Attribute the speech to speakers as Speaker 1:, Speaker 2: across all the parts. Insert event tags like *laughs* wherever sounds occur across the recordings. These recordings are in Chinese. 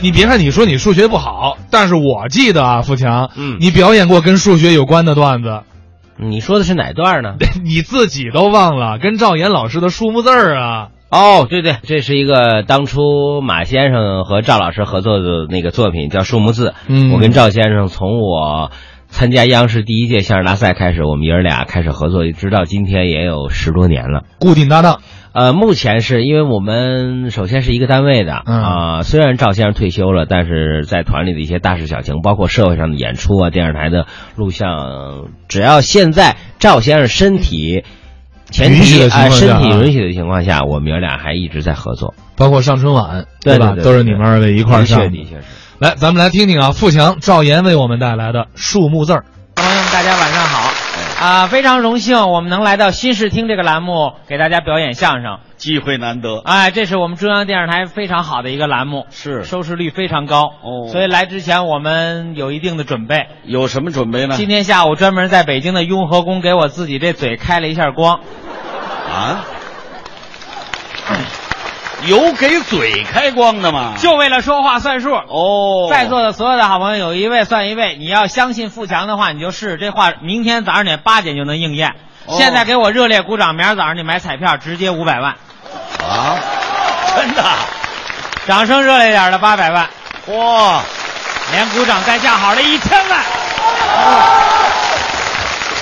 Speaker 1: 你别看你说你数学不好，但是我记得啊，富强，
Speaker 2: 嗯
Speaker 1: 你表演过跟数学有关的段子， *laughs*
Speaker 2: 你说的是哪段呢？
Speaker 1: 你自己都忘了，跟赵岩老师的数目字儿啊，
Speaker 2: 哦，对对，这是一个当初马先生和赵老师合作的那个作品，叫《数目字》。
Speaker 1: 嗯
Speaker 2: 我跟赵先生从我参加央视第一届相声大赛开始，我们爷儿俩开始合作，直到今天也有十多年了。
Speaker 1: 固定搭档，
Speaker 2: 呃，目前是因为我们首先是一个单位的
Speaker 1: 嗯
Speaker 2: 啊、虽然赵先生退休了，但是在团里的一些大事小情，包括社会上的演出啊、电视台的录像，只要现在赵先生身体前
Speaker 1: 嗯允许
Speaker 2: 提
Speaker 1: 的情
Speaker 2: 啊、
Speaker 1: 况下
Speaker 2: 身
Speaker 1: 啊
Speaker 2: 体允许的情况下，我们爷俩还一直在合作，
Speaker 1: 包括上春晚，
Speaker 2: 对
Speaker 1: 吧？
Speaker 2: 对对
Speaker 1: 都是你们二位一块儿
Speaker 2: 的
Speaker 1: 上
Speaker 2: 确
Speaker 1: 的。
Speaker 2: 的确是。
Speaker 1: 来，咱们来听听啊，富强、赵岩为我们带来的数目字儿。
Speaker 3: 朋友们，大家晚上好！啊，非常荣幸我们能来到新视听这个栏目给大家表演相声。
Speaker 4: 机会难得。
Speaker 3: 哎，这是我们中央电视台非常好的一个栏目，
Speaker 4: 是
Speaker 3: 收视率非常高。
Speaker 4: 哦
Speaker 3: 所以来之前我们有一定的准备。
Speaker 4: 有什么准备呢？
Speaker 3: 今天下午专门在北京的雍和宫给我自己这嘴开了一下光。
Speaker 4: 啊，有给嘴开光的吗？
Speaker 3: 就为了说话算数。
Speaker 4: 哦，
Speaker 3: 在座的所有的好朋友，有一位算一位。你要相信富强的话，你就试。这话明天早上点八点就能应验。
Speaker 4: 哦
Speaker 3: 现在给我热烈鼓掌！明儿早上你买彩票，直接五百万。
Speaker 4: 啊，真的，啊
Speaker 3: 掌声热烈点的八百万，
Speaker 4: 哇，
Speaker 3: 连鼓掌带叫好的一千万，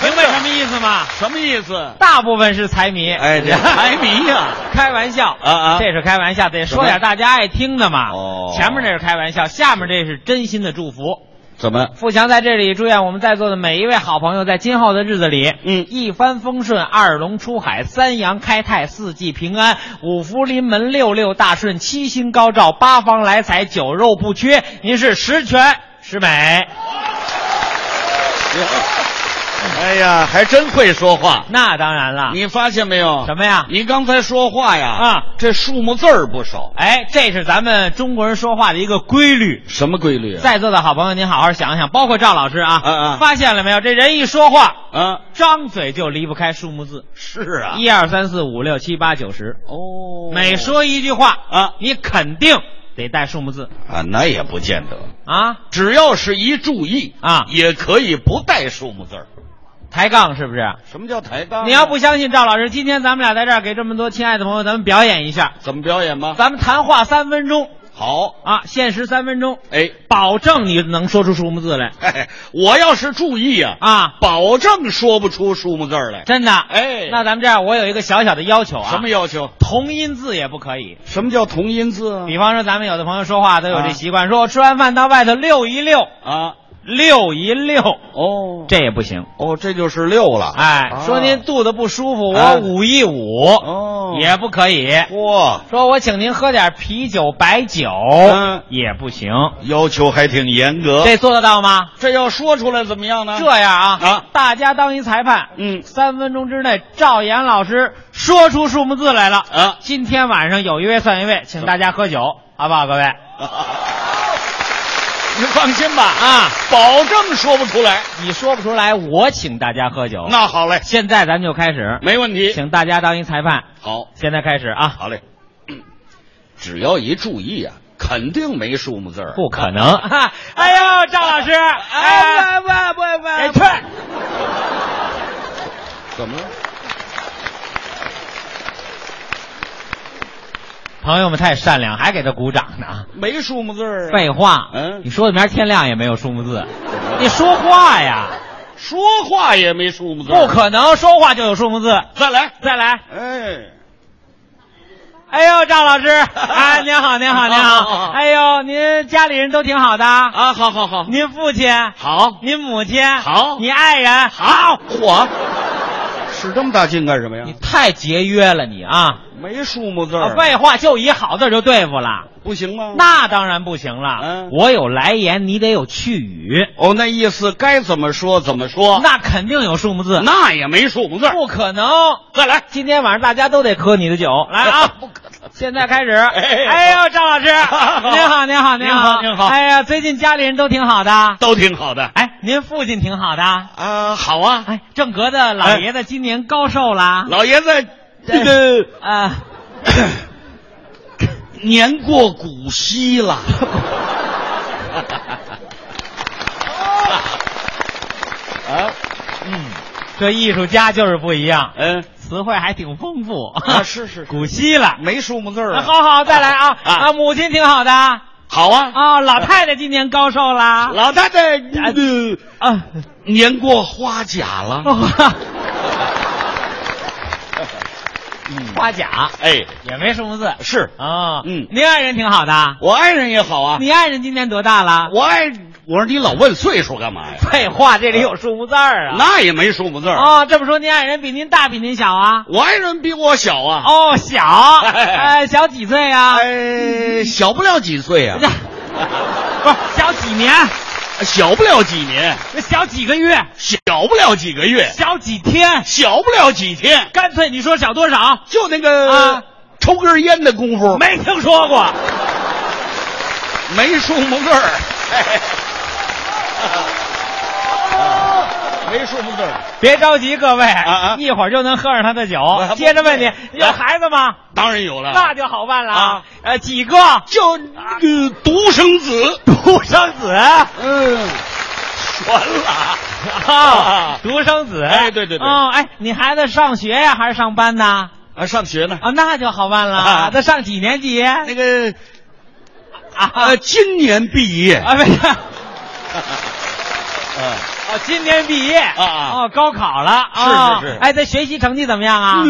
Speaker 3: 明白什么意思吗？
Speaker 4: 什么意思？
Speaker 3: 大部分是财迷，
Speaker 4: 哎，
Speaker 3: *laughs*
Speaker 4: 这财迷呀，
Speaker 3: 开玩笑
Speaker 4: 啊啊
Speaker 3: 这是开玩笑，得说
Speaker 4: 什
Speaker 3: 点
Speaker 4: 么
Speaker 3: 大家爱听的嘛。
Speaker 4: 哦
Speaker 3: 前面这是开玩笑，下面这是真心的祝福。
Speaker 4: 怎么？
Speaker 3: 富强在这里祝愿我们在座的每一位好朋友，在今后的日子里，
Speaker 4: 嗯
Speaker 3: 一帆风顺，二龙出海，三阳开泰，四季平安，五福临门，六六大顺，七星高照，八方来财，酒肉不缺。您是十全十美，
Speaker 4: 哎呀，还真会说话。
Speaker 3: 那当然了。
Speaker 4: 你发现没有？
Speaker 3: 什么呀
Speaker 4: 你刚才说话呀，
Speaker 3: 啊，
Speaker 4: 这数目字儿不少。
Speaker 3: 哎，这是咱们中国人说话的一个规律。
Speaker 4: 什么规律啊？
Speaker 3: 在座的好朋友，您好好想想，包括赵老师啊，
Speaker 4: 嗯嗯
Speaker 3: 发现了没有？这人一说话，
Speaker 4: 啊，
Speaker 3: 张嘴就离不开数目字，
Speaker 4: 是啊，
Speaker 3: 一二三四五六七八九十。
Speaker 4: 哦
Speaker 3: 每说一句话
Speaker 4: 啊
Speaker 3: 你肯定得带数目字
Speaker 4: 啊，那也不见得。
Speaker 3: 啊，
Speaker 4: 只要是一注意
Speaker 3: 啊
Speaker 4: 也可以不带数目字儿。
Speaker 3: 抬杠是不是？
Speaker 4: 什么叫抬杠啊？
Speaker 3: 你要不相信赵老师，今天咱们俩在这儿给这么多亲爱的朋友，咱们表演一下，
Speaker 4: 怎么表演吗？
Speaker 3: 咱们谈话三分钟
Speaker 4: 好，
Speaker 3: 啊，限时三分钟，
Speaker 4: 哎，
Speaker 3: 保证你能说出数目字来
Speaker 4: 嘿嘿我要是注意啊，
Speaker 3: 啊，
Speaker 4: 保证说不出数目字儿来。
Speaker 3: 真的。
Speaker 4: 哎
Speaker 3: 那咱们这样，我有一个小小的要求啊，
Speaker 4: 什么要求？
Speaker 3: 同音字也不可以。
Speaker 4: 什么叫同音字啊？
Speaker 3: 嗯比方说，咱们有的朋友说话都有这
Speaker 4: 啊
Speaker 3: 习惯，说我吃完饭到外头溜一溜，
Speaker 4: 啊，
Speaker 3: 溜一溜，
Speaker 4: 哦，
Speaker 3: 这也不行。
Speaker 4: 哦，这就是六了。
Speaker 3: 哎，
Speaker 4: 啊
Speaker 3: 说您肚子不舒服，
Speaker 4: 啊
Speaker 3: 我捂一捂，
Speaker 4: 哦
Speaker 3: 也哦不可以。
Speaker 4: 嚯，
Speaker 3: 说我请您喝点啤酒、白酒，
Speaker 4: 嗯
Speaker 3: 也不行。
Speaker 4: 要求还挺严格。
Speaker 3: 这做得到吗？
Speaker 4: 这要说出来怎么样呢？
Speaker 3: 这样啊，
Speaker 4: 啊
Speaker 3: 大家当一裁判，
Speaker 4: 嗯
Speaker 3: 三分钟之内，赵岩老师说出数目字来了。
Speaker 4: 啊 *laughs*
Speaker 3: 今天晚上有一位算一位，请大家喝酒，好不好，各位？
Speaker 4: 你放心吧，
Speaker 3: 啊，
Speaker 4: 保证说不出来。
Speaker 3: 你说不出来，我请大家喝酒。
Speaker 4: 那好嘞，
Speaker 3: 现在咱们就开始，
Speaker 4: 没问题。
Speaker 3: 请大家当一裁判，
Speaker 4: 好。
Speaker 3: 现在开始啊！
Speaker 4: 好嘞， *clears throat* 只要一注意啊，肯定没数目字儿。
Speaker 3: 不可
Speaker 4: *laughs*
Speaker 3: 能！哎呦，赵老师，哎，
Speaker 4: 哎，喂喂
Speaker 3: 哎
Speaker 4: 喂
Speaker 3: 去！
Speaker 4: 怎么了？
Speaker 3: 朋友们太善良，还给他鼓掌呢。
Speaker 4: 没数目字儿啊？
Speaker 3: 废话，
Speaker 4: 嗯
Speaker 3: 你说的明儿天亮也没有数目字，你说话呀，
Speaker 4: 说话也没数目字儿。
Speaker 3: 不可能说话就有数目字。
Speaker 4: 嗯再来。
Speaker 3: 再来，
Speaker 4: 哎，
Speaker 3: 哎呦，赵
Speaker 4: *laughs*
Speaker 3: 老师，哎，您好，您好，您
Speaker 4: 哦哦
Speaker 3: 好，
Speaker 4: 哦
Speaker 3: 哎呦，您家里人都挺好的，
Speaker 4: 啊，好好好，
Speaker 3: 您父亲，
Speaker 4: 好，
Speaker 3: 您母亲，
Speaker 4: 好
Speaker 3: 你爱人，好，
Speaker 4: 嚯，使这么大劲干什么呀
Speaker 3: 你？太节约了你啊！
Speaker 4: 没数目字
Speaker 3: 啊
Speaker 4: 儿，
Speaker 3: 废话，就一好字就对付了，
Speaker 4: 不行吗？
Speaker 3: 那当然不行了
Speaker 4: 嗯。
Speaker 3: 我有来言，你得有去语，
Speaker 4: 哦，那意思该怎么说怎么说。
Speaker 3: 那肯定有数目字。
Speaker 4: 哦那也没数目字儿。
Speaker 3: 不可能！
Speaker 4: 再来，
Speaker 3: 今天晚上大家都得喝你的酒，来啊！
Speaker 4: 不可
Speaker 3: *laughs*
Speaker 4: 能。
Speaker 3: 现在开始。
Speaker 4: 哎
Speaker 3: 哎呦，赵
Speaker 4: *laughs*
Speaker 3: 老师，
Speaker 4: 好
Speaker 3: 您好，您好，
Speaker 4: 您好您好
Speaker 3: 哎呀，最近家里人都挺好的。
Speaker 4: 都挺好的。
Speaker 3: 哎，您父亲挺好的。
Speaker 4: 啊，好啊。
Speaker 3: 哎，正格的老爷子今年高寿啦？啊
Speaker 4: 老爷子，
Speaker 3: 对
Speaker 4: 这个
Speaker 3: 啊， *coughs*
Speaker 4: 年过古稀 *laughs* 了。啊，
Speaker 3: 嗯这艺术家就是不一样，
Speaker 4: 嗯，
Speaker 3: 词汇还挺丰富 *laughs*
Speaker 4: 啊是是是
Speaker 3: 古稀了。
Speaker 4: 没数目字儿
Speaker 3: 那
Speaker 4: 啊。
Speaker 3: 好好，再来啊！
Speaker 4: 啊
Speaker 3: 啊，母亲挺好的啊，
Speaker 4: 好啊，
Speaker 3: 老太太今年高寿啦？
Speaker 4: 老太太，呃
Speaker 3: 啊，
Speaker 4: 年过花甲了。
Speaker 3: 哦
Speaker 4: *laughs*
Speaker 3: 哈嗯花甲
Speaker 4: 哎，
Speaker 3: 也没什么字
Speaker 4: 是，
Speaker 3: 啊。
Speaker 4: 嗯
Speaker 3: 您爱人挺好的，
Speaker 4: 我爱人也好啊。
Speaker 3: 你爱人今年多大了？
Speaker 4: 我爱，我说你老问岁数干嘛呀？
Speaker 3: 废话，这里有数目字儿啊。
Speaker 4: 那也没数目字儿。
Speaker 3: 哦，这么说您爱人比您大，比您小啊？
Speaker 4: 我爱人比我小啊，
Speaker 3: 哦，小，
Speaker 4: 哎
Speaker 3: 呃，小几岁啊？
Speaker 4: 哎，小不了几岁啊 *laughs*
Speaker 3: 呀，不是小几年，
Speaker 4: 小不了几年，
Speaker 3: 小几个月，
Speaker 4: 小不了几个月，
Speaker 3: 小几天，
Speaker 4: 小不了几天，
Speaker 3: 干脆你说小多少？
Speaker 4: 就那个、
Speaker 3: 啊
Speaker 4: 抽根烟的功夫，
Speaker 3: 没听说过。
Speaker 4: 没数目字儿。 *laughs* 哎没数目字儿，
Speaker 3: 别着急，各位，
Speaker 4: 啊啊
Speaker 3: 一会儿就能喝上他的酒
Speaker 4: 啊。
Speaker 3: 接着问你，
Speaker 4: 不
Speaker 3: 有孩子吗？
Speaker 4: 当然有了，
Speaker 3: 那就好办了
Speaker 4: 啊！
Speaker 3: 呃，几个
Speaker 4: 就呃独生子，
Speaker 3: 独生子
Speaker 4: 嗯， *laughs* 悬了
Speaker 3: 啊，独生子。
Speaker 4: 哎对对对
Speaker 3: 哦，哎，你孩子上学呀，还是上班呢？
Speaker 4: 啊！上学呢，
Speaker 3: 啊，那就好办了
Speaker 4: 啊。
Speaker 3: 他上几年级？
Speaker 4: 那个
Speaker 3: 啊
Speaker 4: 呃，今年毕业， *laughs*
Speaker 3: 啊，没事。
Speaker 4: 嗯
Speaker 3: 哦，今年毕业
Speaker 4: 啊啊
Speaker 3: 哦，高考了啊。
Speaker 4: 是是是
Speaker 3: 哎，他学习成绩怎么样啊？
Speaker 4: 呃，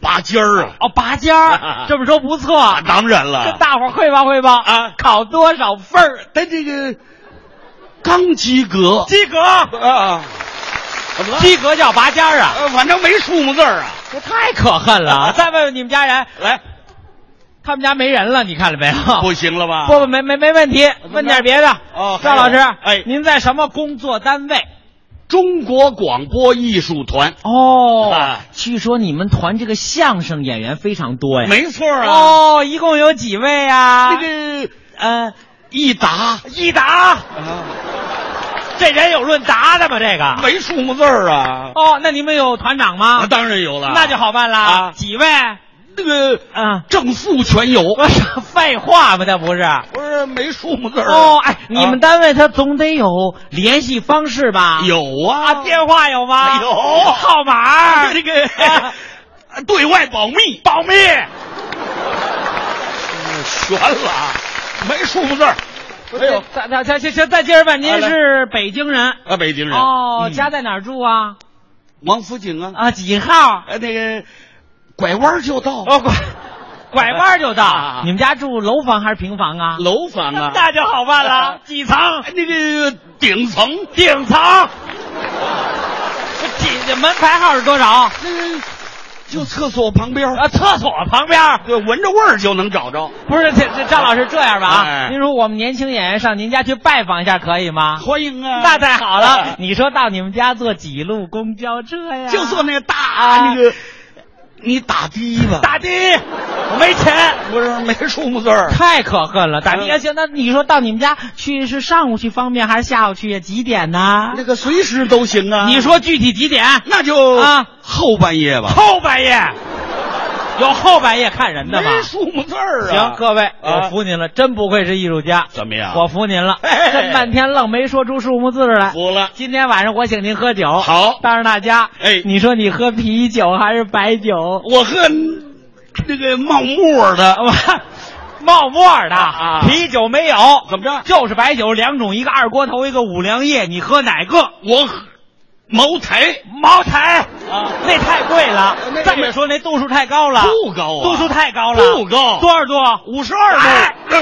Speaker 4: 拔尖儿啊！
Speaker 3: 哦，拔尖儿，这么说不错
Speaker 4: 啊，。当然
Speaker 3: 跟
Speaker 4: 了，
Speaker 3: 大伙儿汇报汇报 *laughs*
Speaker 4: 啊
Speaker 3: 考多少分儿？
Speaker 4: 他这个刚及格
Speaker 3: 及格，
Speaker 4: 啊，怎么了？
Speaker 3: 及格叫拔尖儿啊！
Speaker 4: 呃反正没数目字儿啊。
Speaker 3: 这太可恨
Speaker 4: *laughs*
Speaker 3: 了！啊再问问你们家人，
Speaker 4: 来，
Speaker 3: 他们家没人了，你看了没有？
Speaker 4: *laughs* 不行了吧？
Speaker 3: 不不没没没问题，问点别的。
Speaker 4: 哦
Speaker 3: 赵老
Speaker 4: 还有
Speaker 3: 师，
Speaker 4: 哎
Speaker 3: 您在什么工作单位？
Speaker 4: 中国广播艺术团，
Speaker 3: 哦
Speaker 4: 啊，
Speaker 3: 据说你们团这个相声演员非常多呀。
Speaker 4: 没错啊。
Speaker 3: 哦，一共有几位啊？
Speaker 4: 那个
Speaker 3: 呃，
Speaker 4: 一达
Speaker 3: 一达，
Speaker 4: 啊，
Speaker 3: 这人有论达的吗？这个。
Speaker 4: 没数目字儿啊。
Speaker 3: 哦，那你们有团长吗
Speaker 4: 啊，？当然有了，
Speaker 3: 那就好办了。
Speaker 4: 啊
Speaker 3: 几位？
Speaker 4: 那个
Speaker 3: 嗯，
Speaker 4: 正负全有，
Speaker 3: 我说废话吗？那不是。
Speaker 4: 不是没数目字儿啊
Speaker 3: 哦，哎，你们
Speaker 4: 啊
Speaker 3: 单位他总得有联系方式吧？
Speaker 4: 有
Speaker 3: 啊，
Speaker 4: 啊，
Speaker 3: 电话有吗？
Speaker 4: 有
Speaker 3: 号码。
Speaker 4: 这个
Speaker 3: 啊
Speaker 4: 对外保密，保密，悬了啊，没数目字儿， *laughs* 哎没有
Speaker 3: 哎咱咱咱行行，再接着问，
Speaker 4: 啊
Speaker 3: 您
Speaker 4: 来
Speaker 3: 是北京人
Speaker 4: 啊，北京人
Speaker 3: 哦，
Speaker 4: 嗯
Speaker 3: 家在哪儿住啊？
Speaker 4: 王府井啊，
Speaker 3: 啊，几号？
Speaker 4: 啊那个拐弯就到
Speaker 3: 哦，拐
Speaker 4: *laughs*
Speaker 3: 拐弯就到
Speaker 4: 啊。
Speaker 3: 你们家住楼房还是平房啊？
Speaker 4: 楼房啊，
Speaker 3: 那就好办了
Speaker 4: *laughs* 啊，
Speaker 3: 几层？
Speaker 4: 那个顶层，
Speaker 3: 顶层。几门牌号是多少？啊，
Speaker 4: 那个就厕所旁边儿，
Speaker 3: 厕所旁边儿。
Speaker 4: 对，闻着味儿就能找着，
Speaker 3: 不是，这这张老师这样吧啊
Speaker 4: 哎，
Speaker 3: 您说我们年轻演员上您家去拜访一下可以吗？
Speaker 4: 欢迎啊，
Speaker 3: 那太好了
Speaker 4: 啊，
Speaker 3: 你说到你们家坐几路公交车呀？
Speaker 4: 就坐那个大
Speaker 3: 啊
Speaker 4: 那个，你打的吧，
Speaker 3: 打的，我没钱。
Speaker 4: 不是没数目字
Speaker 3: *laughs*
Speaker 4: 儿，
Speaker 3: 太可恨了，打的
Speaker 4: 嗯
Speaker 3: 要行。那你说到你们家去是上午去方便还是下午去呀？几点呢？
Speaker 4: 那个随时都行啊，
Speaker 3: 你说具体几点？
Speaker 4: 那就
Speaker 3: 啊
Speaker 4: 后半夜吧，
Speaker 3: 后半夜，有后半夜看人的吗？
Speaker 4: 没数目字儿啊。
Speaker 3: 行，各位，
Speaker 4: 啊
Speaker 3: 我服您了，真不愧是艺术家，
Speaker 4: 怎么样？
Speaker 3: 我服您了。
Speaker 4: 嘿嘿嘿
Speaker 3: 这么半天愣没说出数目字来。
Speaker 4: 服了。
Speaker 3: 今天晚上我请您喝酒，
Speaker 4: 好
Speaker 3: 当着大家，
Speaker 4: 哎
Speaker 3: 你说你喝啤酒还是白酒？
Speaker 4: 我喝那个冒沫的，
Speaker 3: *laughs* 冒沫的
Speaker 4: 呃啊
Speaker 3: 啤酒没有，
Speaker 4: 怎么着？
Speaker 3: 就是白酒两种，一个二锅头，一个五粮液，你喝哪个？
Speaker 4: 我喝茅台
Speaker 3: 茅台
Speaker 4: 啊
Speaker 3: 那太贵了
Speaker 4: 那。
Speaker 3: 这么说，那度数太高了，
Speaker 4: 不高啊，
Speaker 3: 度数太高了，
Speaker 4: 不高
Speaker 3: 多少度？
Speaker 4: 五十二
Speaker 3: 哎
Speaker 4: 度。